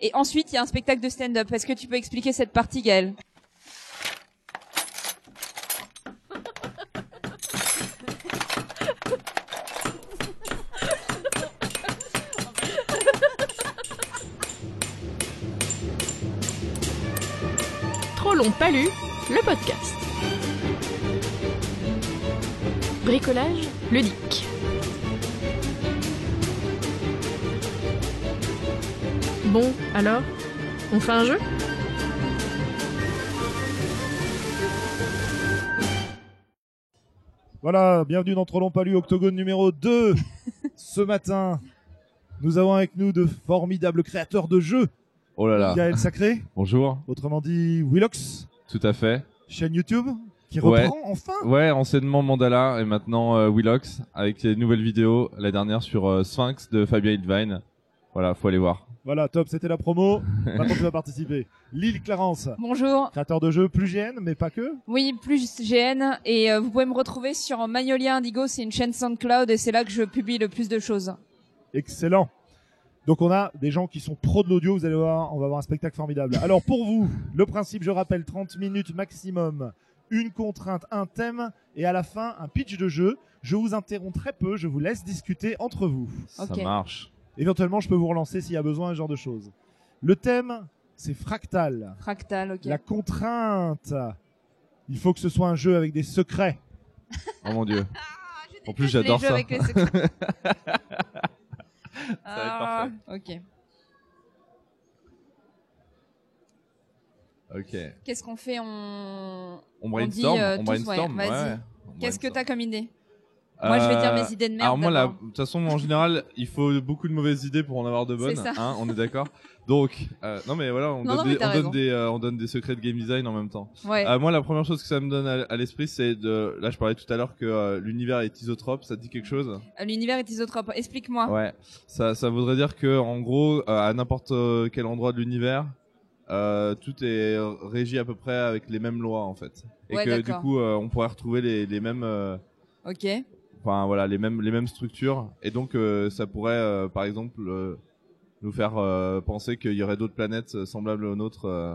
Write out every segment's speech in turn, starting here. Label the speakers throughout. Speaker 1: Et ensuite, il y a un spectacle de stand-up. Est-ce que tu peux expliquer cette partie, Gaëlle
Speaker 2: Trop long palu, le podcast. Bricolage ludique. Bon, alors, on fait un jeu
Speaker 3: Voilà, bienvenue dans Trop long palu, octogone numéro 2. Ce matin, nous avons avec nous de formidables créateurs de jeux.
Speaker 4: Oh là là.
Speaker 3: Gaël Sacré,
Speaker 4: Bonjour.
Speaker 3: autrement dit Willox,
Speaker 4: Tout à fait.
Speaker 3: chaîne YouTube, qui
Speaker 4: Ouais.
Speaker 3: reprend enfin.
Speaker 4: Ouais, anciennement Mandala et maintenant euh, Willox avec les nouvelles vidéos. La dernière sur euh, Sphinx de Fabien Hildvine. Voilà, faut aller voir.
Speaker 3: Voilà, top, c'était la promo. Maintenant, tu vas participer. Lille Clarence,
Speaker 1: Bonjour.
Speaker 3: créateur de jeux plugienne, mais pas que.
Speaker 1: Oui, plus GN. Et euh, vous pouvez me retrouver sur Magnolia Indigo. C'est une chaîne SoundCloud et c'est là que je publie le plus de choses.
Speaker 3: Excellent. Donc on a des gens qui sont pros de l'audio, vous allez voir, on va avoir un spectacle formidable. Alors pour vous, le principe, je rappelle, 30 minutes maximum, une contrainte, un thème et à la fin un pitch de jeu. Je vous interromps très peu, je vous laisse discuter entre vous.
Speaker 1: Ok.
Speaker 4: Ça marche.
Speaker 3: Éventuellement, je peux vous relancer s'il y a besoin, ce genre de choses. Le thème, c'est fractal.
Speaker 1: Fractal, ok.
Speaker 3: La contrainte, il faut que ce soit un jeu avec des secrets.
Speaker 4: Oh mon dieu.
Speaker 1: Ah,
Speaker 4: En plus, j'adore ça.
Speaker 1: Avec les secrets. ah, ok.
Speaker 4: Ok.
Speaker 1: Qu'est-ce qu'on fait On.
Speaker 4: On brainstorm.
Speaker 1: dit, euh,
Speaker 4: on
Speaker 1: tous, ouais,
Speaker 4: brainstorm.
Speaker 1: vas-y.
Speaker 4: ouais. On
Speaker 1: Qu'est-ce que
Speaker 4: brainstorm. Euh,
Speaker 1: t'as comme idée Moi, je vais dire mes idées de merde.
Speaker 4: Alors moi, là,
Speaker 1: d'abord.
Speaker 4: de toute façon, en général, il faut beaucoup de mauvaises idées pour en avoir de bonnes.
Speaker 1: C'est ça.
Speaker 4: Hein, on est d'accord. Donc, euh, non mais voilà, on
Speaker 1: Non, non,
Speaker 4: donne,
Speaker 1: mais
Speaker 4: des,
Speaker 1: t'as
Speaker 4: on,
Speaker 1: raison.
Speaker 4: donne des, euh, on donne des secrets de game design en même temps.
Speaker 1: Ouais.
Speaker 4: Euh, moi, la première chose que ça me donne à, à l'esprit, c'est de. Là, je parlais tout à l'heure que euh, l'univers est isotrope. Ça te dit quelque chose
Speaker 1: Euh, L'univers est isotrope. Explique-moi.
Speaker 4: Ouais. Ça, ça voudrait dire que, en gros, euh, à n'importe euh, quel endroit de l'univers, euh, tout est régi à peu près avec les mêmes lois, en fait. Et
Speaker 1: Ouais,
Speaker 4: que du
Speaker 1: d'accord.
Speaker 4: coup, euh, on pourrait retrouver les, les mêmes. euh,
Speaker 1: Ok.
Speaker 4: Enfin voilà, les mêmes les mêmes structures et donc euh, ça pourrait euh, par exemple euh, nous faire euh, penser qu'il y aurait d'autres planètes euh, semblables aux nôtres euh,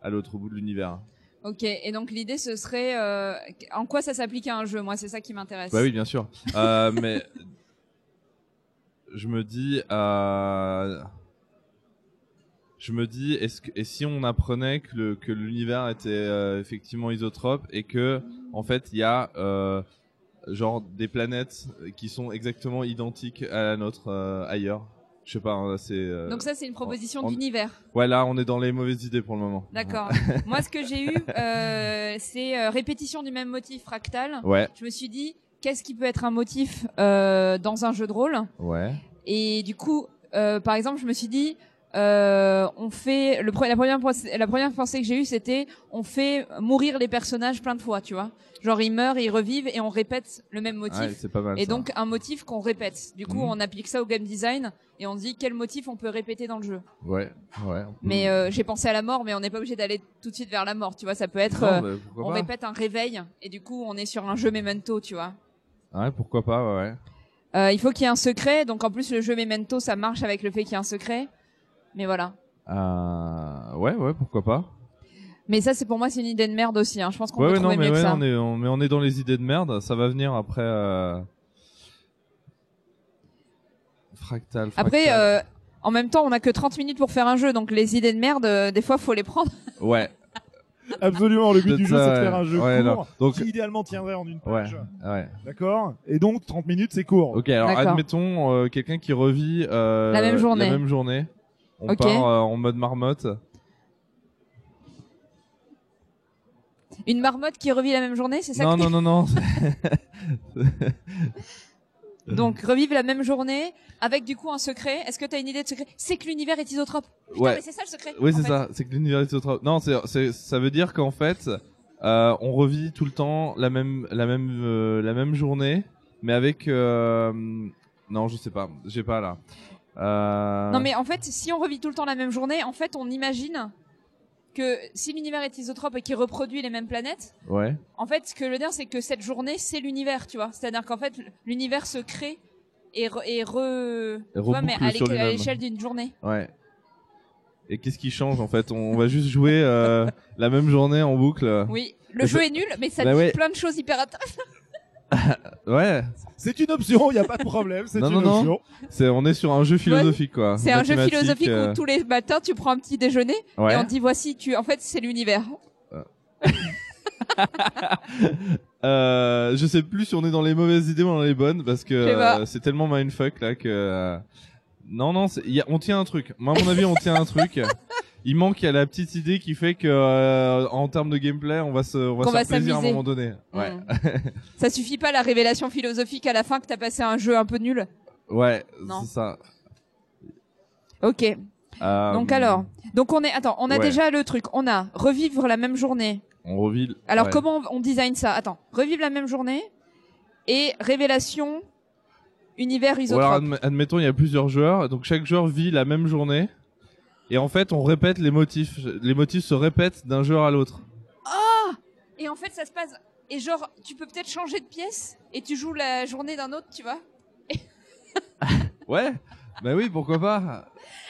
Speaker 4: à l'autre bout de l'univers.
Speaker 1: Ok. Et donc l'idée ce serait euh, en quoi ça s'applique à un jeu Moi, c'est ça qui m'intéresse.
Speaker 4: Bah oui, bien sûr. Euh, mais je me dis, euh, je me dis, est-ce que et si on apprenait que le- que l'univers était euh, effectivement isotrope et que en fait il y a euh, genre des planètes qui sont exactement identiques à la nôtre euh, ailleurs. Je sais pas, hein, c'est. euh,
Speaker 1: Donc ça, c'est une proposition
Speaker 4: on- on-
Speaker 1: d'univers.
Speaker 4: Ouais, là on est dans les mauvaises idées pour le moment.
Speaker 1: D'accord. Moi, ce que j'ai eu, euh, c'est euh, répétition du même motif fractal.
Speaker 4: Ouais,
Speaker 1: Je me suis dit, qu'est-ce qui peut être un motif euh, dans un jeu de rôle
Speaker 4: ouais.
Speaker 1: Et du coup, euh, par exemple, je me suis dit, euh, on fait le pre- la première pensée, la première pensée que j'ai eue, c'était on fait mourir les personnages plein de fois, tu vois. Genre ils meurent, ils revivent et on répète le même motif.
Speaker 4: Ah Ouais, c'est pas mal.
Speaker 1: et
Speaker 4: ça.
Speaker 1: donc un motif qu'on répète. Du coup,
Speaker 4: Mhm.
Speaker 1: on applique ça au game design et on se dit quel motif on peut répéter dans le jeu.
Speaker 4: Ouais, ouais.
Speaker 1: Mais euh, j'ai pensé à la mort, mais on n'est pas obligé d'aller tout de suite vers la mort, tu vois. Ça peut être
Speaker 4: Non,
Speaker 1: euh,
Speaker 4: bah, pourquoi
Speaker 1: on
Speaker 4: pas.
Speaker 1: répète un réveil et du coup on est sur un jeu memento, tu vois.
Speaker 4: Ouais, pourquoi pas, ouais, ouais.
Speaker 1: Euh, il faut qu'il y ait un secret, donc en plus le jeu memento ça marche avec le fait qu'il y ait un secret. Mais voilà.
Speaker 4: Euh, ouais, ouais, pourquoi pas.
Speaker 1: Mais ça, c'est pour moi, c'est une idée de merde aussi. Hein. Je pense qu'on
Speaker 4: ouais,
Speaker 1: peut
Speaker 4: ouais, non,
Speaker 1: trouver
Speaker 4: mais
Speaker 1: mieux
Speaker 4: ouais,
Speaker 1: que ça.
Speaker 4: on est, on, mais on est dans les idées de merde. Ça va venir après. euh, Fractal, fractal.
Speaker 1: Après, euh, en même temps, on a que 30 minutes pour faire un jeu, donc les idées de merde, euh, des fois, faut les prendre.
Speaker 4: Ouais.
Speaker 3: Absolument, le but du
Speaker 4: peut-être
Speaker 3: jeu,
Speaker 4: ça,
Speaker 3: c'est de
Speaker 4: ouais.
Speaker 3: faire un jeu
Speaker 4: Ouais,
Speaker 3: court,
Speaker 4: non. Donc,
Speaker 3: qui idéalement tiendrait en une
Speaker 4: ouais,
Speaker 3: page.
Speaker 4: ouais.
Speaker 3: D'accord Et donc, 30 minutes, c'est court.
Speaker 4: Ok, alors
Speaker 1: D'accord.
Speaker 4: admettons euh, quelqu'un qui revit euh,
Speaker 1: La même journée.
Speaker 4: La même journée. On
Speaker 1: Ok.
Speaker 4: part euh, en mode marmotte.
Speaker 1: Une marmotte qui revit la même journée, c'est ça
Speaker 4: Non,
Speaker 1: que
Speaker 4: non, non, non.
Speaker 1: Donc, revivre la même journée avec du coup un secret. Est-ce que t'as une idée de secret C'est que l'univers est isotrope. Putain,
Speaker 4: Ouais.
Speaker 1: mais c'est ça le secret.
Speaker 4: Oui,
Speaker 1: en
Speaker 4: c'est
Speaker 1: fait.
Speaker 4: ça. C'est que l'univers est autre. Non, c'est, c'est, ça veut dire qu'en fait, euh, on revit tout le temps la même, la même, euh, la même journée, mais avec. euh, non, je sais pas. J'ai pas là. Euh,
Speaker 1: Non, mais en fait, si on revit tout le temps la même journée, en fait, on imagine que si l'univers est isotrope et qu'il reproduit les mêmes planètes,
Speaker 4: Ouais.
Speaker 1: en fait, ce que je veux dire, c'est que cette journée, c'est l'univers, tu vois. C'est-à-dire qu'en fait, l'univers se crée et re, et re- tu vois, mais
Speaker 4: reboucle
Speaker 1: à
Speaker 4: sur
Speaker 1: l'éche- à
Speaker 4: lui-même.
Speaker 1: l'échelle d'une journée.
Speaker 4: Ouais. Et qu'est-ce qui change en fait on, on va juste jouer euh, la même journée en boucle.
Speaker 1: Oui, le
Speaker 4: Mais
Speaker 1: jeu
Speaker 4: ça-
Speaker 1: est nul, mais ça
Speaker 4: Bah
Speaker 1: dit
Speaker 4: ouais. Ah,
Speaker 1: plein de choses hyper intéressantes.
Speaker 4: Ouais,
Speaker 3: C'est une option, il n'y a pas de problème, c'est
Speaker 4: Non,
Speaker 3: une
Speaker 4: non, non.
Speaker 3: option.
Speaker 4: c'est on est sur un jeu philosophique quoi.
Speaker 1: C'est un jeu
Speaker 4: Mathématique,
Speaker 1: philosophique
Speaker 4: euh,
Speaker 1: où tous les matins tu prends un petit déjeuner
Speaker 4: ouais.
Speaker 1: et on te dit voici tu. En fait, c'est l'univers.
Speaker 4: Euh, je sais plus si on est dans les mauvaises idées ou dans les bonnes parce que
Speaker 1: Je sais pas.
Speaker 4: euh, c'est tellement mindfuck là que euh, non non c'est- il y a- on tient un truc. Moi à mon avis on tient un truc. Il manque il y a la petite idée qui fait que euh, en termes de gameplay on va se on va
Speaker 1: Qu'on
Speaker 4: se
Speaker 1: va
Speaker 4: faire plaisir à un
Speaker 1: s'amuser.
Speaker 4: moment donné. Ouais
Speaker 1: Mm. ça suffit pas la révélation philosophique à la fin que t'as passé un jeu un peu nul.
Speaker 4: ouais
Speaker 1: Non.
Speaker 4: c'est ça.
Speaker 1: Ok.
Speaker 4: Euh,
Speaker 1: Donc alors, donc on est. Attends, on a
Speaker 4: ouais.
Speaker 1: déjà le truc. On a revivre la même journée.
Speaker 4: on revit.
Speaker 1: Alors
Speaker 4: ouais.
Speaker 1: comment on, on design ça Attends, revivre la même journée et révélation univers
Speaker 4: Ou alors, euh,
Speaker 1: isotrope.
Speaker 4: adm- admettons, il y a plusieurs joueurs, donc chaque joueur vit la même journée. Et en fait, on répète les motifs. Les motifs se répètent d'un joueur à l'autre.
Speaker 1: Et en fait, ça se passe. Et genre, tu peux peut-être changer de pièce et tu joues la journée d'un autre, tu vois
Speaker 4: Ouais. Bah oui, pourquoi pas.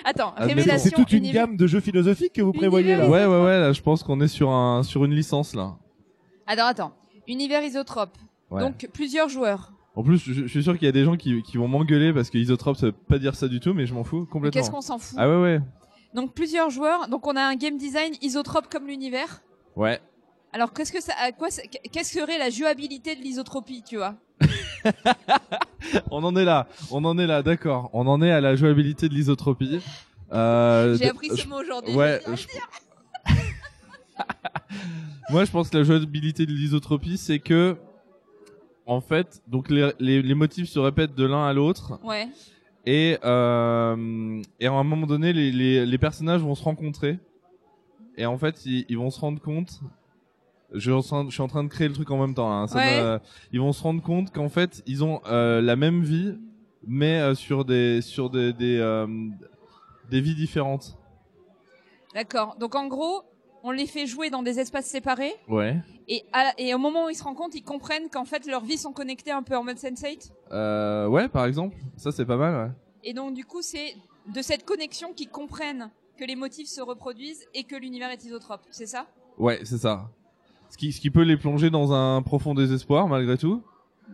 Speaker 1: Attends,
Speaker 4: Ah,
Speaker 3: C'est-
Speaker 4: mais
Speaker 1: révélation.
Speaker 4: Relation
Speaker 3: C'est toute une
Speaker 1: univers-
Speaker 3: gamme de jeux philosophiques que vous prévoyez là.
Speaker 1: Univers.
Speaker 4: Ouais, ouais, ouais. Là, je pense qu'on est sur un, sur une licence là.
Speaker 1: Attends, attends. Univers isotrope.
Speaker 4: Ouais.
Speaker 1: Donc plusieurs joueurs.
Speaker 4: en plus, je, je suis sûr qu'il y a des gens qui, qui vont m'engueuler parce que isotrope, ça veut pas dire ça du tout, mais je m'en fous
Speaker 1: Mais
Speaker 4: complètement.
Speaker 1: Qu'est-ce qu'on s'en fout
Speaker 4: ah ouais, ouais.
Speaker 1: Donc plusieurs joueurs. Donc on a un game design isotrope comme l'univers.
Speaker 4: Ouais.
Speaker 1: Alors qu'est-ce que ça, à quoi, ça- qu'est-ce que serait la jouabilité de l'isotropie, tu vois
Speaker 4: On en est là. On en est là. D'accord. On en est à la jouabilité de l'isotropie. Euh,
Speaker 1: J'ai
Speaker 4: de-
Speaker 1: appris ce mot aujourd'hui.
Speaker 4: Ouais. je- Moi, je pense que la jouabilité de l'isotropie, c'est que, en fait, donc les, les, les motifs se répètent de l'un à l'autre,
Speaker 1: Ouais.
Speaker 4: et euh, et à un moment donné, les, les, les personnages vont se rencontrer, et en fait, ils, ils vont se rendre compte. Je suis, en train, je suis en train de créer le truc en même temps. Hein, ça
Speaker 1: Ouais.
Speaker 4: me- ils vont se rendre compte qu'en fait, ils ont euh, la même vie, mais euh, sur des sur des des, euh, des vies différentes.
Speaker 1: D'accord. Donc en gros, on les fait jouer dans des espaces séparés
Speaker 4: Ouais.
Speaker 1: et, à- et au moment où ils se rencontrent, ils comprennent qu'en fait leurs vies sont connectées un peu en mode sense
Speaker 4: Euh, ouais, par exemple. Ça, c'est pas mal. Ouais.
Speaker 1: Et donc du coup, c'est de cette connexion qu'ils comprennent que les motifs se reproduisent et que l'univers est isotrope. C'est ça
Speaker 4: Ouais, c'est ça. Ce qui, ce qui peut les plonger dans un profond désespoir malgré tout.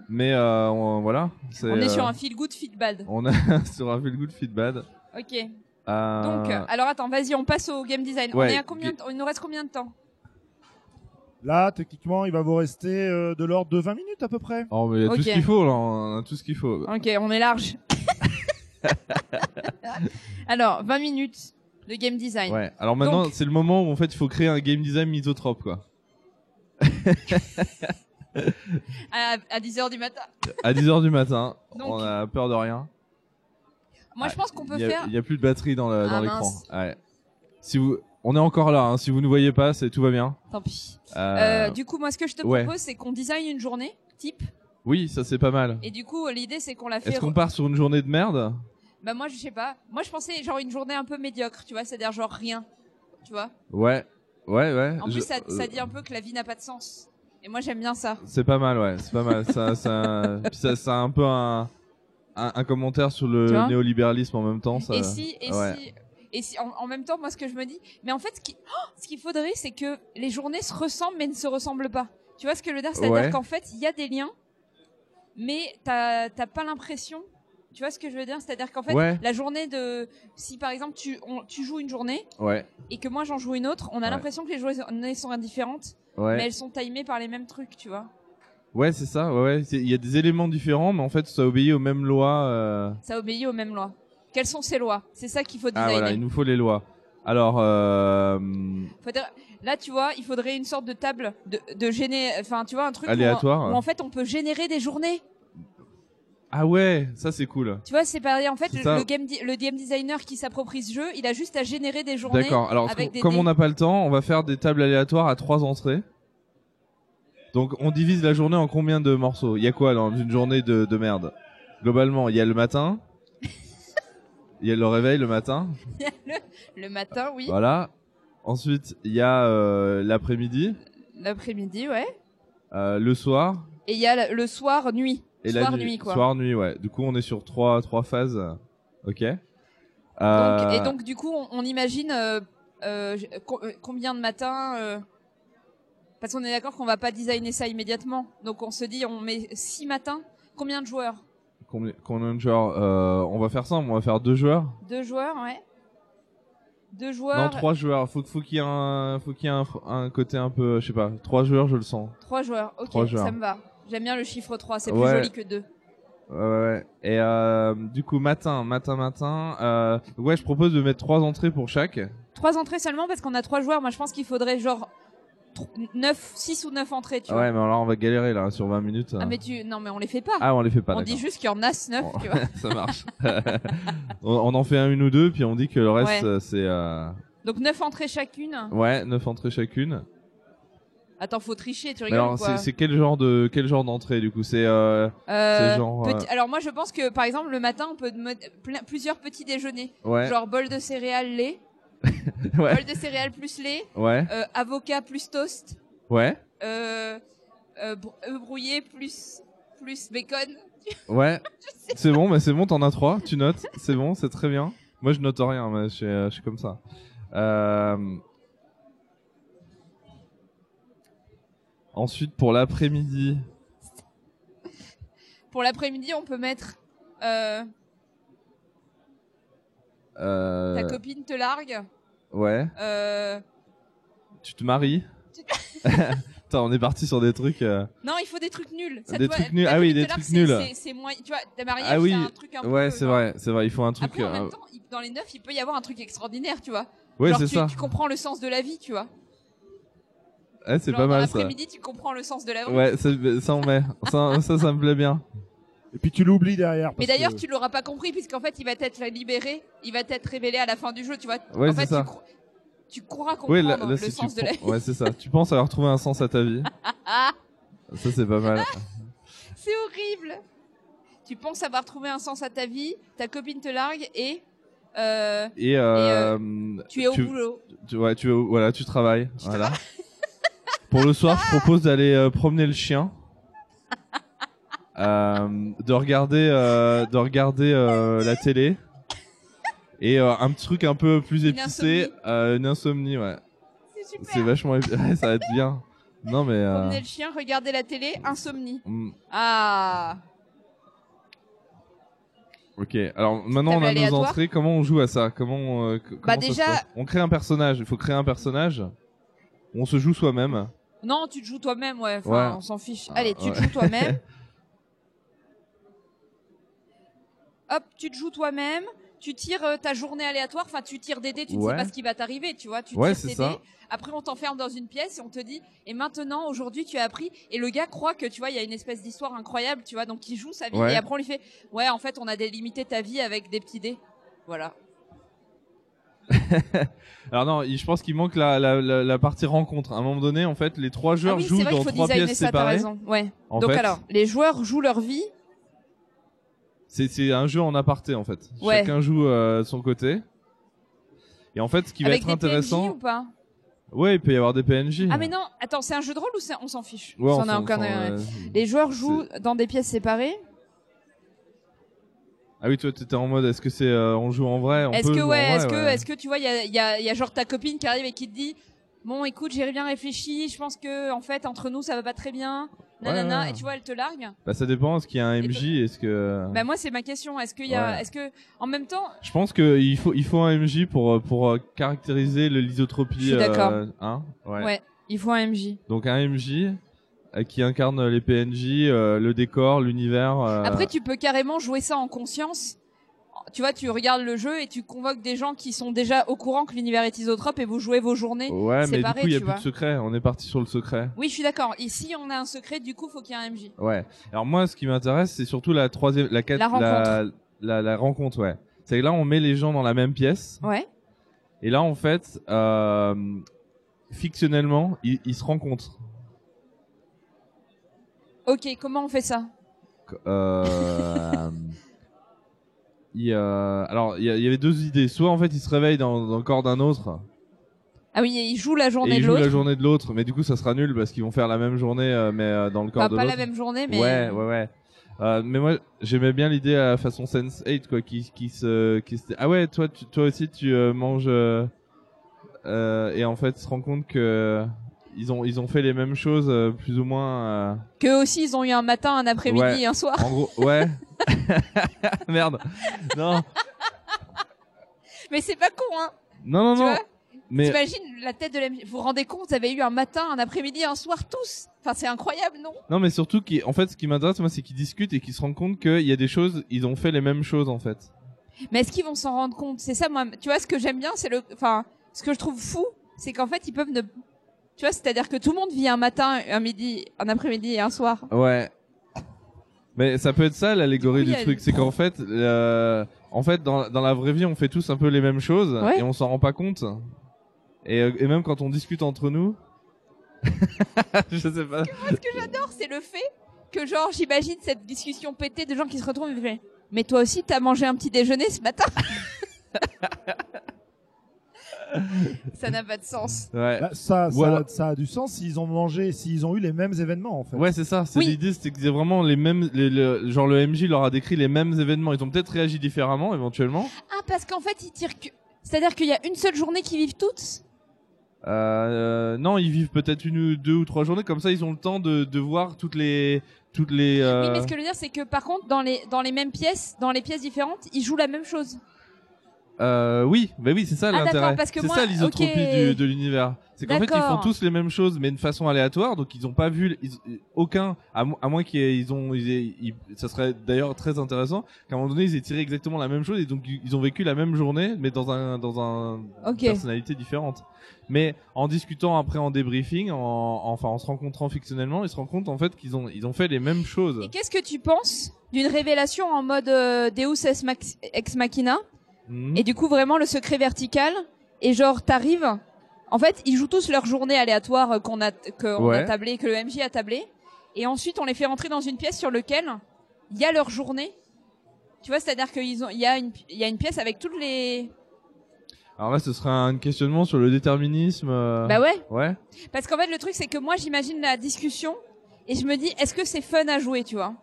Speaker 4: Mais euh, on- voilà. euh,
Speaker 1: On est sur un feel good, feel bad.
Speaker 4: On est sur un feel good feel bad.
Speaker 1: Ok.
Speaker 4: Euh,
Speaker 1: Donc, euh, alors attends, vas-y, on passe au game design. on
Speaker 4: ouais,
Speaker 1: est à combien de temps Il nous reste combien de temps
Speaker 3: Là, techniquement, il va vous rester euh, de l'ordre de 20 minutes à peu près.
Speaker 4: Oh, mais il y a
Speaker 1: Ok.
Speaker 4: tout ce qu'il faut là. On a tout ce qu'il faut.
Speaker 1: Ok, on est large. alors, 20 minutes de game design.
Speaker 4: Ouais. Alors maintenant,
Speaker 1: Donc-
Speaker 4: c'est le moment où en fait, il faut créer un game design misotrope quoi.
Speaker 1: À, à 10 heures du matin.
Speaker 4: À 10h du matin,
Speaker 1: Donc-
Speaker 4: on a peur de rien.
Speaker 1: Moi, je pense qu'on peut
Speaker 4: Il Ah, y a-
Speaker 1: faire.
Speaker 4: Il y a plus de batterie dans le-
Speaker 1: Ah,
Speaker 4: dans l'écran.
Speaker 1: mince.
Speaker 4: ouais. Si vous, on est encore là. hein. Si vous ne voyez pas, c'est tout va bien.
Speaker 1: Tant pis.
Speaker 4: Euh,
Speaker 1: Euh, du coup, moi, ce que je te
Speaker 4: ouais.
Speaker 1: propose, c'est qu'on design une journée type.
Speaker 4: Oui, ça c'est pas mal.
Speaker 1: Et du coup, l'idée, c'est qu'on la fait.
Speaker 4: Est-ce qu'on part sur une journée de merde
Speaker 1: Bah, moi, je sais pas. Moi, je pensais genre une journée un peu médiocre, tu vois, c'est-à-dire genre rien. Tu vois
Speaker 4: Ouais, ouais, ouais.
Speaker 1: En
Speaker 4: Je-
Speaker 1: plus, ça, ça
Speaker 4: euh,
Speaker 1: dit un peu que la vie n'a pas de sens. Et moi, j'aime bien ça.
Speaker 4: C'est pas mal, ouais. C'est pas mal. ça, ça, puis ça, ça a un peu un, un, un commentaire sur le
Speaker 1: Tu vois
Speaker 4: néolibéralisme en même temps. Ça...
Speaker 1: Et si, et
Speaker 4: Euh, ouais.
Speaker 1: si, et si, en, en même temps, moi, ce que je me dis, mais en fait, ce qui- oh, ce qu'il faudrait, c'est que les journées se ressemblent, mais ne se ressemblent pas. Tu vois ce que je veux dire? C'est-à-dire
Speaker 4: Ouais.
Speaker 1: qu'en fait, il y a des liens, mais t'as t'as pas l'impression. Tu vois ce que je veux dire? C'est-à-dire qu'en fait,
Speaker 4: Ouais.
Speaker 1: la journée de, si par exemple, tu, on- tu joues une journée,
Speaker 4: Ouais,
Speaker 1: et que moi, j'en joue une autre, on a
Speaker 4: Ouais.
Speaker 1: l'impression que les journées sont indifférentes, mais
Speaker 4: ouais.
Speaker 1: elles sont timées par les mêmes trucs, tu vois.
Speaker 4: Ouais, c'est ça. Ouais, ouais. C'est- Il y a des éléments différents, mais en fait, ça obéit aux mêmes lois. euh,
Speaker 1: Ça obéit aux mêmes lois. Quelles sont ces lois? C'est ça qu'il faut
Speaker 4: Ah,
Speaker 1: designer.
Speaker 4: voilà, il nous faut les lois. Alors, euh... hum,
Speaker 1: Faudrait- Là, tu vois, il faudrait une sorte de table de, de géné... enfin, tu vois, un truc où-
Speaker 4: Aléatoire. hein.
Speaker 1: où, en fait on peut générer des journées.
Speaker 4: ah ouais, ça c'est cool.
Speaker 1: Tu vois, c'est pareil. En fait,
Speaker 4: C'est ça.
Speaker 1: le game, di- le game designer qui s'approprie ce jeu, il a juste à générer des journées.
Speaker 4: D'accord. Alors,
Speaker 1: avec
Speaker 4: co-
Speaker 1: des
Speaker 4: comme
Speaker 1: dés.
Speaker 4: on n'a pas le temps, on va faire des tables aléatoires à trois entrées. Donc, on divise la journée en combien de morceaux Il y a quoi dans une journée de, de merde Globalement, il y a le matin. Il y a le réveil le matin.
Speaker 1: Le matin, oui.
Speaker 4: Voilà. Ensuite, il y a euh, l'après-midi,
Speaker 1: L'après-midi, ouais.
Speaker 4: euh, le soir
Speaker 1: Et il y a le- le soir, nuit.
Speaker 4: et
Speaker 1: soir,
Speaker 4: la nuit.
Speaker 1: nuit, quoi.
Speaker 4: Soir, nuit, ouais. Du coup, on est sur trois, trois phases. Ok.
Speaker 1: Donc-
Speaker 4: Euh,
Speaker 1: et donc, du coup, on, on imagine euh, euh, je- co- euh, combien de matins. euh, parce qu'on est d'accord qu'on va pas designer ça immédiatement. Donc, on se dit, on met six matins. Combien de joueurs
Speaker 4: Combien, combien de joueurs Euh, On va faire simple, on va faire deux joueurs.
Speaker 1: Deux joueurs, ouais. Deux
Speaker 4: Non,
Speaker 1: joueurs,
Speaker 4: trois joueurs. Faut, faut qu'il y ait un, faut qu'il y ait un, un côté un peu, je sais pas. Trois joueurs, je le sens.
Speaker 1: trois joueurs. Ok,
Speaker 4: Trois joueurs.
Speaker 1: ça me va. J'aime bien le chiffre 3, c'est
Speaker 4: Ouais.
Speaker 1: plus joli que 2.
Speaker 4: Ouais, ouais, ouais. Et euh, du coup, matin, matin, matin. Euh, ouais, je propose de mettre trois entrées pour chaque.
Speaker 1: Trois entrées seulement parce qu'on a trois joueurs. Moi, je pense qu'il faudrait genre 9, 6 ou 9 entrées, tu
Speaker 4: Ah
Speaker 1: vois.
Speaker 4: ouais, mais alors on va galérer là sur 20 minutes. hein.
Speaker 1: Ah, mais tu. Non, mais on les fait pas.
Speaker 4: Ah, on les fait pas.
Speaker 1: on dit
Speaker 4: d'accord. Oh.
Speaker 1: juste qu'il y en a 9,
Speaker 4: Bon.
Speaker 1: tu vois.
Speaker 4: ça marche. on, on en fait un, une ou deux, puis on dit que le reste
Speaker 1: Ouais.
Speaker 4: euh, c'est euh,
Speaker 1: Donc 9 entrées chacune.
Speaker 4: ouais, neuf entrées chacune.
Speaker 1: Attends, faut tricher, tu
Speaker 4: Mais
Speaker 1: rigoles ou
Speaker 4: alors,
Speaker 1: quoi
Speaker 4: c'est c'est quel genre de quel genre d'entrée du coup C'est euh,
Speaker 1: Euh,
Speaker 4: c'est genre,
Speaker 1: petit- Alors moi je pense que par exemple le matin on peut mo- plein- plusieurs petits déjeuners,
Speaker 4: ouais,
Speaker 1: genre bol de céréales lait,
Speaker 4: ouais,
Speaker 1: bol de céréales plus lait,
Speaker 4: ouais,
Speaker 1: euh, avocat plus toast,
Speaker 4: ouais,
Speaker 1: euh, euh, brou- œufs brouillés plus plus bacon.
Speaker 4: ouais. C'est bon, mais c'est bon, t'en as trois, tu notes. C'est bon, c'est très bien. Moi, je note rien, mais je suis, euh, je suis comme ça. Euh, Ensuite, pour l'après-midi,
Speaker 1: Pour l'après-midi on peut mettre euh,
Speaker 4: euh,
Speaker 1: ta copine te largue,
Speaker 4: ouais.
Speaker 1: euh,
Speaker 4: Tu te maries Putain, on est parti sur des trucs. euh,
Speaker 1: non il faut des trucs nuls.
Speaker 4: Des
Speaker 1: doit-
Speaker 4: trucs nuls.
Speaker 1: ta
Speaker 4: Ah oui,
Speaker 1: copine
Speaker 4: des
Speaker 1: te largue,
Speaker 4: trucs
Speaker 1: c'est- c'est-
Speaker 4: nuls.
Speaker 1: C'est moins, tu vois, ta mariage
Speaker 4: Ah oui,
Speaker 1: c'est un truc un
Speaker 4: Ouais,
Speaker 1: peu,
Speaker 4: c'est
Speaker 1: genre-
Speaker 4: vrai, c'est vrai. Il faut un truc.
Speaker 1: Après en
Speaker 4: euh,
Speaker 1: même temps il- dans les neuf il peut y avoir un truc extraordinaire, tu vois.
Speaker 4: Ouais,
Speaker 1: Genre,
Speaker 4: c'est
Speaker 1: tu-
Speaker 4: ça.
Speaker 1: tu comprends le sens de la vie, tu vois.
Speaker 4: Ouais, c'est
Speaker 1: Genre,
Speaker 4: pas
Speaker 1: dans
Speaker 4: mal ça.
Speaker 1: L'après-midi, tu comprends le sens de la vie.
Speaker 4: Ouais, ça, ça on met. Ça, ça, ça me plaît bien.
Speaker 3: Et puis tu l'oublies derrière.
Speaker 1: Mais
Speaker 3: parce que-
Speaker 1: d'ailleurs, tu l'auras pas compris puisqu'en fait, il va t'être libéré, il va t'être révélé à la fin du jeu, tu vois.
Speaker 4: Ouais,
Speaker 1: en fait,
Speaker 4: c'est ça.
Speaker 1: tu, cro- tu croiras comprendre
Speaker 4: Ouais, là, là,
Speaker 1: le
Speaker 4: si
Speaker 1: sens
Speaker 4: tu
Speaker 1: de la vie.
Speaker 4: prends- Ouais, c'est ça. Tu penses avoir trouvé un sens à ta vie.
Speaker 1: Ah,
Speaker 4: Ça, c'est pas mal.
Speaker 1: c'est horrible. Tu penses avoir trouvé un sens à ta vie, ta copine te largue et euh,
Speaker 4: Et, euh,
Speaker 1: tu es au
Speaker 4: tu,
Speaker 1: boulot.
Speaker 4: tu- ouais, tu, voilà, tu travailles. voilà. Pour le soir,
Speaker 1: Ah
Speaker 4: je propose d'aller euh, promener le chien. Euh, de regarder, euh, de regarder euh, la télé. Et euh, un petit truc un peu plus
Speaker 1: Une
Speaker 4: épicé,
Speaker 1: insomnie.
Speaker 4: euh, une insomnie, ouais.
Speaker 1: C'est
Speaker 4: C'est
Speaker 1: super.
Speaker 4: vachement épi- ouais, ça va être bien. Non mais euh,
Speaker 1: Promener le chien, regarder la télé, insomnie.
Speaker 4: mm,
Speaker 1: Ah,
Speaker 4: OK. Alors maintenant on
Speaker 1: Table
Speaker 4: a nos
Speaker 1: aléatoire.
Speaker 4: entrées, comment on joue à ça Comment euh, c-
Speaker 1: Bah,
Speaker 4: comment ça se
Speaker 1: déjà-
Speaker 4: passe on crée un personnage, il faut créer un personnage. On se joue soi-même.
Speaker 1: non, tu te joues toi-même, ouais. Enfin,
Speaker 4: Ouais.
Speaker 1: on s'en fiche.
Speaker 4: Ah,
Speaker 1: Allez, tu
Speaker 4: ouais.
Speaker 1: te joues toi-même. Hop, tu te joues toi-même. Tu tires euh, ta journée aléatoire. Enfin, tu tires des dés. Tu ne
Speaker 4: Ouais.
Speaker 1: sais pas ce qui va t'arriver, tu vois. Tu
Speaker 4: Ouais,
Speaker 1: tires
Speaker 4: c'est
Speaker 1: tes
Speaker 4: ça.
Speaker 1: dés. Après, on t'enferme dans une pièce et on te dit. Et maintenant, aujourd'hui, tu as appris. Et le gars croit que tu vois, il y a une espèce d'histoire incroyable, tu vois. Donc, il joue sa vie.
Speaker 4: Ouais.
Speaker 1: Et après, on lui fait. Ouais, en fait, on a délimité ta vie avec des petits dés. Voilà.
Speaker 4: Alors non, il- je pense qu'il manque la, la, la, la partie rencontre. À un moment donné, en fait, les trois
Speaker 1: Ah
Speaker 4: joueurs
Speaker 1: oui, c'est
Speaker 4: jouent
Speaker 1: vrai qu'il
Speaker 4: dans
Speaker 1: faut
Speaker 4: trois
Speaker 1: designer
Speaker 4: pièces
Speaker 1: ça. T'as
Speaker 4: séparées.
Speaker 1: raison. Ouais.
Speaker 4: En
Speaker 1: Donc
Speaker 4: fait,
Speaker 1: alors, les joueurs jouent leur vie.
Speaker 4: c'est c'est un jeu en aparté en fait.
Speaker 1: Ouais.
Speaker 4: Chacun joue euh, de son côté. Et en fait, ce qui
Speaker 1: avec
Speaker 4: va
Speaker 1: des
Speaker 4: être intéressant,
Speaker 1: PNJ ou pas
Speaker 4: ouais, il peut y avoir des PNJ.
Speaker 1: Ah mais non, attends, c'est un jeu de rôle ou c'est- on s'en fiche
Speaker 4: Ouais,
Speaker 1: Ça,
Speaker 4: on
Speaker 1: on a
Speaker 4: s'en-
Speaker 1: encore-
Speaker 4: on s'en-
Speaker 1: euh,
Speaker 4: euh,
Speaker 1: Les joueurs jouent dans des pièces séparées.
Speaker 4: Ah oui, toi, t'étais en mode, est-ce que c'est, euh, on joue en vrai on
Speaker 1: Est-ce
Speaker 4: peut
Speaker 1: que
Speaker 4: jouer en
Speaker 1: ouais,
Speaker 4: vrai,
Speaker 1: est-ce que est-ce que tu vois, il y a, il y, a, il y a genre ta copine qui arrive et qui te dit, bon, écoute, j'ai bien réfléchi, je pense que en fait entre nous ça va pas très bien,
Speaker 4: Ouais,
Speaker 1: nanana,
Speaker 4: ouais.
Speaker 1: et tu vois, elle te largue.
Speaker 4: Bah, ça dépend. Est-ce qu'il y a un
Speaker 1: Et
Speaker 4: MJ Est-ce que
Speaker 1: Bah moi c'est ma question. Est-ce qu'il y a,
Speaker 4: Ouais.
Speaker 1: est-ce que en même temps,
Speaker 4: je pense que il faut il faut un MJ pour euh, pour euh, caractériser le- l'isotropie.
Speaker 1: Je suis d'accord.
Speaker 4: euh, hein ouais.
Speaker 1: Ouais. il faut un MJ.
Speaker 4: Donc un MJ euh, qui incarne les PNJ, euh, le décor, l'univers. euh,
Speaker 1: Après tu peux carrément jouer ça en conscience. Tu vois, tu regardes le jeu et tu convoques des gens qui sont déjà au courant que l'univers est isotrope et vous jouez vos journées.
Speaker 4: Ouais, mais
Speaker 1: séparé,
Speaker 4: du coup, il y a
Speaker 1: tu
Speaker 4: plus
Speaker 1: vois.
Speaker 4: de secret. On est parti sur le secret.
Speaker 1: Oui, je suis d'accord. Ici, on a un secret, du coup, faut qu'il y ait un MJ.
Speaker 4: Ouais. Alors moi, ce qui m'intéresse, c'est surtout la troisième, la quatre,
Speaker 1: La
Speaker 4: la,
Speaker 1: rencontre.
Speaker 4: la- la rencontre. Ouais. C'est que là, on met les gens dans la même pièce.
Speaker 1: Ouais.
Speaker 4: Et là, en fait, euh, fictionnellement, ils, ils se rencontrent.
Speaker 1: Ok, comment on fait ça
Speaker 4: Euh, il, euh, alors, il y, a- il y avait deux idées. Soit, en fait, ils se réveillent dans, dans le corps d'un autre
Speaker 1: Ah oui, il joue la
Speaker 4: et
Speaker 1: journée
Speaker 4: ils
Speaker 1: de
Speaker 4: jouent la
Speaker 1: l'autre.
Speaker 4: journée de l'autre, mais du coup, ça sera nul parce qu'ils vont faire la même journée, euh, mais euh, dans le corps
Speaker 1: Enfin,
Speaker 4: de
Speaker 1: Bah, pas
Speaker 4: l'autre.
Speaker 1: la même journée, mais.
Speaker 4: Ouais, ouais, ouais. Euh, mais moi, j'aimais bien l'idée à la façon Sense 8, quoi, qui, qui se, qui se, ah ouais, toi, tu- toi aussi, tu euh, manges, euh, euh, et en fait, se rend compte que euh, ils ont, ils ont fait les mêmes choses, euh, plus ou moins, euh,
Speaker 1: Que aussi ils ont eu un matin, un après-midi
Speaker 4: Ouais.
Speaker 1: et un soir.
Speaker 4: en gros, ouais. Merde. Non,
Speaker 1: Mais c'est pas con, hein.
Speaker 4: non, non,
Speaker 1: Tu
Speaker 4: non.
Speaker 1: vois
Speaker 4: Mais
Speaker 1: T'imagines la tête de la. Vous vous rendez compte, vous avez eu un matin, un après-midi, un soir tous. Enfin, c'est incroyable, non
Speaker 4: Non, mais surtout, qui, en fait, ce qui m'intéresse, moi, c'est qu'ils discutent et qu'ils se rendent compte qu'il y a des choses, ils ont fait les mêmes choses, en fait.
Speaker 1: Mais est-ce qu'ils vont s'en rendre compte C'est ça, moi. Tu vois, ce que j'aime bien, c'est le. Enfin, ce que je trouve fou, c'est qu'en fait, ils peuvent ne. Tu vois, c'est-à-dire que tout le monde vit un matin, un midi, un après-midi et un soir.
Speaker 4: Ouais. Mais ça peut être ça, l'allégorie
Speaker 1: Du coup,
Speaker 4: du,
Speaker 1: il y a une-
Speaker 4: truc. C'est qu'en fait, euh, en fait, dans, dans la vraie vie, on fait tous un peu les mêmes choses
Speaker 1: Ouais.
Speaker 4: et on s'en rend pas compte. Et, euh, et même quand on discute entre nous. je sais pas.
Speaker 1: Ce que j'adore, c'est le fait que, genre, j'imagine cette discussion pétée de gens qui se retrouvent et fait, Mais toi aussi, t'as mangé un petit déjeuner ce matin Ça n'a pas de sens.
Speaker 4: Ouais.
Speaker 3: Bah, ça, ça,
Speaker 4: Ou alors-
Speaker 3: ça a du sens s'ils ont mangé, s'ils ont eu les mêmes événements en fait.
Speaker 4: Ouais, c'est ça. C'est
Speaker 1: Oui.
Speaker 4: l'idée, c'est que c'est vraiment les mêmes, les- le- genre le MJ leur a décrit les mêmes événements. Ils ont peut-être réagi différemment, éventuellement.
Speaker 1: Ah, parce qu'en fait, ils tirent que. C'est-à-dire qu'il y a une seule journée qu'ils vivent toutes
Speaker 4: Euh, non, ils vivent peut-être une ou deux ou trois journées comme ça. Ils ont le temps de, de voir toutes les toutes les.
Speaker 1: Oui,
Speaker 4: euh,
Speaker 1: mais ce que je veux dire, c'est que par contre, dans les, dans les mêmes pièces, dans les pièces différentes, ils jouent la même chose.
Speaker 4: euh, oui, bah oui, c'est ça
Speaker 1: Ah, d'accord,
Speaker 4: l'intérêt.
Speaker 1: parce que
Speaker 4: C'est
Speaker 1: moi-
Speaker 4: ça l'isotropie
Speaker 1: ok.
Speaker 4: du- de l'univers. C'est qu'en fait, ils font
Speaker 1: D'accord.
Speaker 4: tous les mêmes choses, mais de façon aléatoire. Donc, ils ont pas vu ils- aucun, à, mo- à moins qu'ils aient- ils ont, ils aient- ils- ça serait d'ailleurs très intéressant qu'à un moment donné, ils aient tiré exactement la même chose et donc ils ont vécu la même journée, mais dans un dans un
Speaker 1: Ok.
Speaker 4: personnalités différentes. Mais en discutant après en débriefing, en, enfin en se rencontrant fictionnellement, ils se rendent compte en fait qu'ils ont ils ont fait les mêmes choses.
Speaker 1: Et qu'est-ce que tu penses d'une révélation en mode euh, Deus ex, max- ex machina
Speaker 4: Mhm.
Speaker 1: et du coup vraiment le secret vertical et genre t'arrives en fait ils jouent tous leur journée aléatoire euh, qu'on a qu'on a
Speaker 4: Ouais.
Speaker 1: tablé que le MJ a tablé et ensuite on les fait rentrer dans une pièce sur laquelle il y a leur journée tu vois c'est-à-dire qu'ils ont il y a une il y a une pièce avec toutes les
Speaker 4: Alors là, ce serait un questionnement sur le déterminisme. euh,
Speaker 1: bah ouais
Speaker 4: ouais.
Speaker 1: parce qu'en fait le truc c'est que moi j'imagine la discussion et je me dis est-ce que c'est fun à jouer tu vois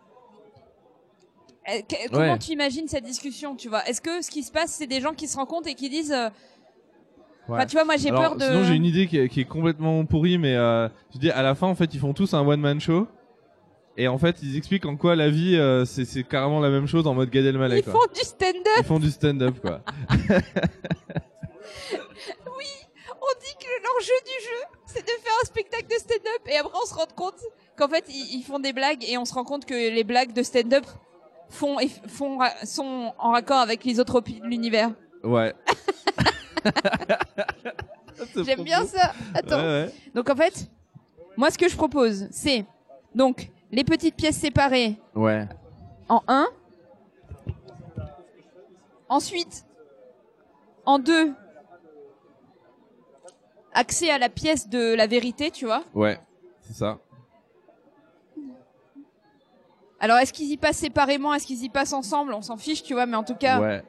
Speaker 1: Euh, que- Comment
Speaker 4: Ouais.
Speaker 1: tu imagines cette discussion, tu vois Est-ce que ce qui se passe, c'est des gens qui se rencontrent et qui disent, euh,
Speaker 4: Ouais.
Speaker 1: enfin, tu vois, moi j'ai
Speaker 4: Alors,
Speaker 1: peur de.
Speaker 4: Sinon, j'ai une idée qui est, qui est complètement pourrie, mais euh, je dis à la fin, en fait, ils font tous un one man show. Et en fait, ils expliquent en quoi la vie, euh, c'est c'est carrément la même chose en mode Gad Elmaleh.
Speaker 1: Ils
Speaker 4: quoi.
Speaker 1: font du stand-up.
Speaker 4: Ils font du stand-up, quoi.
Speaker 1: On dit que l'enjeu du jeu, c'est de faire un spectacle de stand-up et après on se rend compte qu'en fait ils, ils font des blagues et on se rend compte que les blagues de stand-up font, et font ra- sont en raccord avec l'isotropie de l'univers.
Speaker 4: Ouais.
Speaker 1: J'aime bien ça. Attends.
Speaker 4: Ouais, ouais.
Speaker 1: Donc en fait, moi ce que je propose, c'est donc les petites pièces séparées
Speaker 4: Ouais.
Speaker 1: en 1. Ensuite, en 2, accès à la pièce de la vérité, tu vois.
Speaker 4: Ouais. C'est ça.
Speaker 1: Alors, est-ce qu'ils y passent séparément Est-ce qu'ils y passent ensemble On s'en fiche, tu vois, mais en tout cas,
Speaker 4: Ouais.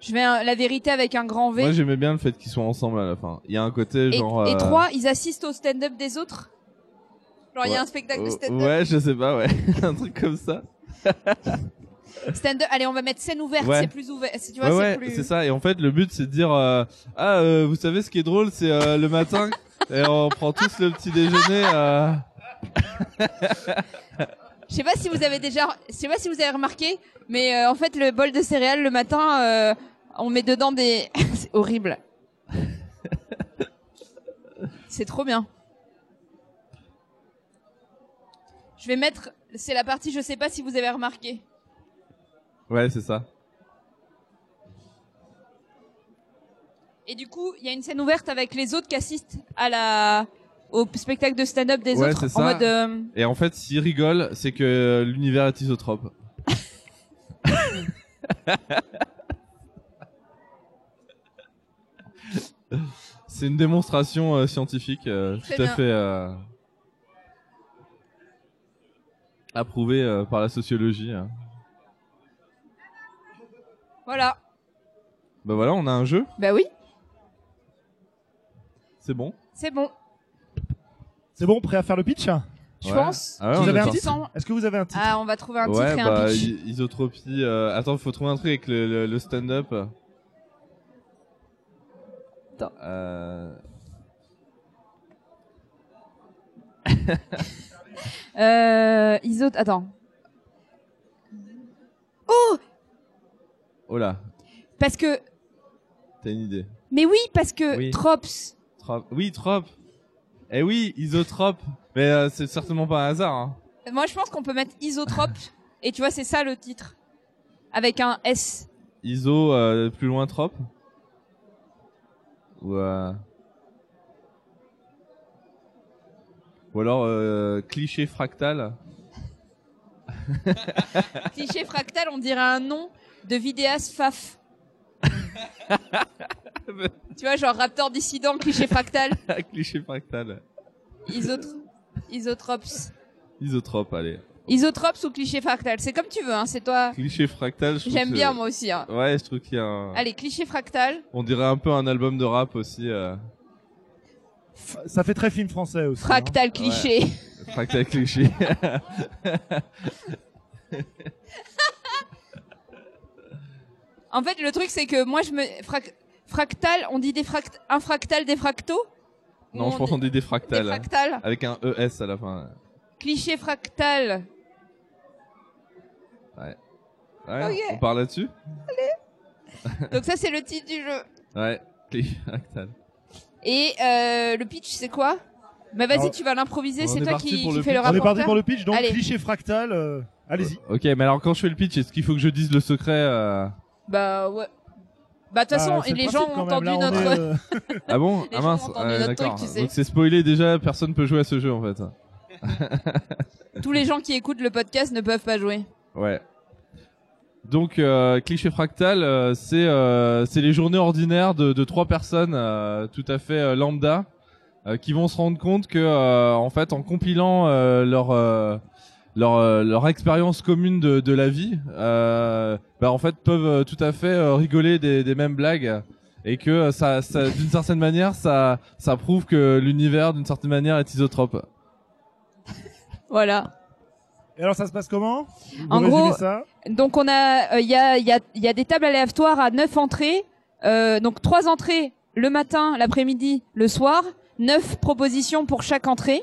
Speaker 1: je vais un- la vérité avec un grand V.
Speaker 4: Moi j'aimais bien le fait qu'ils soient ensemble à la fin. Il y a un côté
Speaker 1: et,
Speaker 4: genre.
Speaker 1: et
Speaker 4: euh,
Speaker 1: trois, ils assistent au stand-up des autres Genre, il y a
Speaker 4: Ouais.
Speaker 1: un spectacle de
Speaker 4: euh,
Speaker 1: stand-up.
Speaker 4: ouais, je sais pas, ouais. un truc comme ça.
Speaker 1: Stand-up, allez, on va mettre scène ouverte,
Speaker 4: Ouais.
Speaker 1: c'est plus ouvert. c'est- Tu vois,
Speaker 4: ouais,
Speaker 1: c'est
Speaker 4: ouais,
Speaker 1: plus...
Speaker 4: c'est ça. Et en fait, le but c'est de dire euh, Ah, euh, vous savez ce qui est drôle, c'est euh, le matin. et on prend tous le petit déjeuner. euh,
Speaker 1: Je sais pas si vous avez déjà, je sais pas si vous avez remarqué, mais euh, en fait, le bol de céréales le matin, euh, on met dedans des. c'est horrible. c'est trop bien. Je vais mettre. C'est la partie, je sais pas si vous avez remarqué.
Speaker 4: Ouais, c'est ça.
Speaker 1: Et du coup, il y a une scène ouverte avec les autres qui assistent à la au spectacle de stand-up des
Speaker 4: Ouais,
Speaker 1: autres
Speaker 4: c'est
Speaker 1: en
Speaker 4: ça.
Speaker 1: mode. euh,
Speaker 4: Et en fait, s'ils rigolent, c'est que l'univers est isotrope. c'est une démonstration euh, scientifique euh,
Speaker 1: Très
Speaker 4: tout à
Speaker 1: bien.
Speaker 4: fait euh, approuvée euh, par la sociologie. hein.
Speaker 1: Voilà.
Speaker 4: Bah voilà, on a un jeu,
Speaker 1: Bah oui,
Speaker 4: c'est bon.
Speaker 1: c'est bon.
Speaker 3: C'est bon, prêt à faire le pitch hein
Speaker 1: je
Speaker 4: Ouais.
Speaker 1: pense.
Speaker 4: Ah ouais,
Speaker 3: Vous
Speaker 4: on
Speaker 3: avez
Speaker 4: est
Speaker 3: un
Speaker 4: parti.
Speaker 3: titre Est-ce que vous avez un titre
Speaker 1: Ah, on va trouver un titre
Speaker 4: ouais,
Speaker 1: et un
Speaker 4: bah,
Speaker 1: pitch.
Speaker 4: i- Isotropie. euh, Attends, faut trouver un truc avec le, le- le stand-up.
Speaker 1: Attends.
Speaker 4: Euh,
Speaker 1: Euh, iso... Attends. Oh
Speaker 4: Oh là,
Speaker 1: Parce que...
Speaker 4: t'as une idée.
Speaker 1: Mais oui, parce que
Speaker 4: Oui.
Speaker 1: Trops...
Speaker 4: Trop- Oui, trop. Eh oui, isotrope. Mais euh, c'est certainement pas un hasard. hein.
Speaker 1: Moi, je pense qu'on peut mettre Isotrope. et tu vois, c'est ça le titre. Avec un S.
Speaker 4: Iso euh, plus loin trop. Ou, euh, Ou alors euh, cliché fractal.
Speaker 1: Cliché fractal, on dirait un nom de vidéaste faf. tu vois, genre Raptor dissident, cliché fractal,
Speaker 4: cliché fractal.
Speaker 1: isotro- Isotrops.
Speaker 4: Isotrope, allez.
Speaker 1: Isotrops ou cliché fractal, c'est comme tu veux, hein, c'est toi.
Speaker 4: Cliché fractal, je trouve
Speaker 1: J'aime
Speaker 4: que-
Speaker 1: bien moi aussi. hein.
Speaker 4: Ouais, je trouve qu'il y a un...
Speaker 1: Allez, cliché fractal.
Speaker 4: On dirait un peu un album de rap aussi. euh,
Speaker 3: Ça fait très film français aussi. hein.
Speaker 1: Fractal cliché.
Speaker 4: Fractal cliché.
Speaker 1: En fait, le truc, c'est que moi, je me. frac- Fractal, on dit des fract... un fractal des fractaux
Speaker 4: non,
Speaker 1: Ou
Speaker 4: je pense qu'on dit des
Speaker 1: dit des
Speaker 4: fractales. hein.
Speaker 1: fractales.
Speaker 4: Avec un ES à la fin.
Speaker 1: Cliché fractal.
Speaker 4: Ouais,
Speaker 1: Ok.
Speaker 4: on parle là-dessus
Speaker 1: Donc, ça, c'est le titre du jeu.
Speaker 4: Ouais, cliché fractal.
Speaker 1: Et euh, le pitch, c'est quoi Bah, vas-y,
Speaker 3: Alors,
Speaker 1: tu vas l'improviser,
Speaker 4: on
Speaker 1: c'est
Speaker 4: est
Speaker 1: toi
Speaker 4: parti
Speaker 1: qui,
Speaker 4: pour
Speaker 1: qui
Speaker 4: le
Speaker 1: fais le
Speaker 3: On
Speaker 4: pitch.
Speaker 3: est
Speaker 1: rapporteur.
Speaker 3: parti pour le pitch, donc
Speaker 1: Allez.
Speaker 3: cliché fractal. euh, Allez-y.
Speaker 4: Ok, mais alors quand je fais le pitch, est-ce qu'il faut que je dise le secret euh,
Speaker 1: Bah, ouais. Bah, de toute
Speaker 3: Ah,
Speaker 1: façon,
Speaker 3: c'est le
Speaker 1: les
Speaker 3: principe
Speaker 1: gens
Speaker 3: quand
Speaker 1: ont
Speaker 3: même.
Speaker 1: entendu
Speaker 3: Là, on
Speaker 1: notre.
Speaker 3: est, euh,
Speaker 4: Ah bon
Speaker 1: Les
Speaker 4: Ah
Speaker 1: gens
Speaker 4: mince,
Speaker 1: ont entendu notre
Speaker 4: d'accord.
Speaker 1: truc, tu sais.
Speaker 4: Donc c'est spoilé déjà, personne peut jouer à ce jeu en fait.
Speaker 3: euh,
Speaker 1: Tous les gens qui écoutent le podcast ne peuvent pas jouer.
Speaker 4: Ouais. Donc euh, cliché fractal, euh, c'est euh, c'est les journées ordinaires de, de trois personnes euh, tout à fait euh, lambda euh, qui vont se rendre compte que euh, en fait en compilant euh, leur euh, leur, euh, leur expérience commune de, de la vie, euh, bah, en fait peuvent euh, tout à fait euh, rigoler des, des mêmes blagues et que euh, ça, ça d'une certaine manière ça ça prouve que l'univers d'une certaine manière est isotrope.
Speaker 1: Voilà.
Speaker 3: Et alors, ça se passe comment Vous
Speaker 1: En
Speaker 3: résumez
Speaker 1: gros,
Speaker 3: ça
Speaker 1: Donc on a, euh, il y, a, il y, a, il y a des tables aléatoires à neuf entrées, euh, donc trois entrées le matin, l'après-midi, le soir, neuf propositions pour chaque entrée.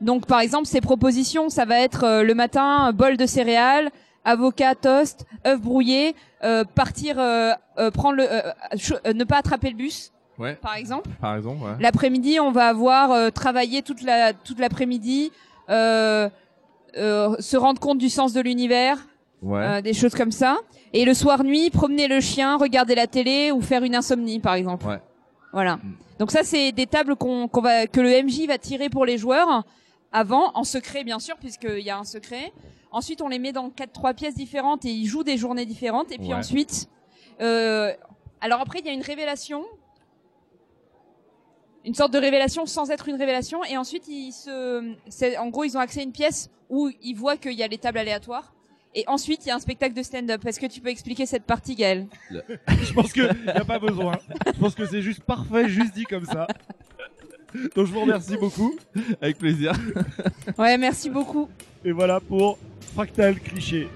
Speaker 1: Donc par exemple ces propositions, ça va être euh, le matin euh, bol de céréales, avocat toast, œuf brouillé, euh, partir, euh, euh, prendre le, euh, cho- euh, ne pas attraper le bus,
Speaker 4: Ouais,
Speaker 1: par exemple.
Speaker 4: par exemple. Ouais.
Speaker 1: L'après-midi, on va avoir euh, travaillé toute la toute l'après-midi, euh, euh, se rendre compte du sens de l'univers.
Speaker 4: Ouais.
Speaker 1: Euh, des choses comme ça. Et le soir nuit, promener le chien, regarder la télé ou faire une insomnie, par exemple.
Speaker 4: Ouais.
Speaker 1: Voilà.
Speaker 4: Mm.
Speaker 1: Donc ça, c'est des tables qu'on qu'on va que le MJ va tirer pour les joueurs avant, en secret bien sûr, puisqu'il y a un secret. Ensuite, on les met dans quatre trois pièces différentes et ils jouent des journées différentes. Et puis
Speaker 4: Ouais.
Speaker 1: ensuite, euh, alors après, il y a une révélation. Une sorte de révélation sans être une révélation. Et ensuite, ils se, c'est- en gros, ils ont accès à une pièce où ils voient qu'il y a les tables aléatoires. Et ensuite, il y a un spectacle de stand-up. Est-ce que tu peux expliquer cette partie, Gaël
Speaker 3: Je pense qu'il n'y a pas besoin. Je pense que c'est juste parfait, juste dit comme ça. Donc, je vous remercie beaucoup.
Speaker 4: Avec plaisir.
Speaker 1: Ouais, merci beaucoup.
Speaker 3: Et voilà pour Fractal Cliché.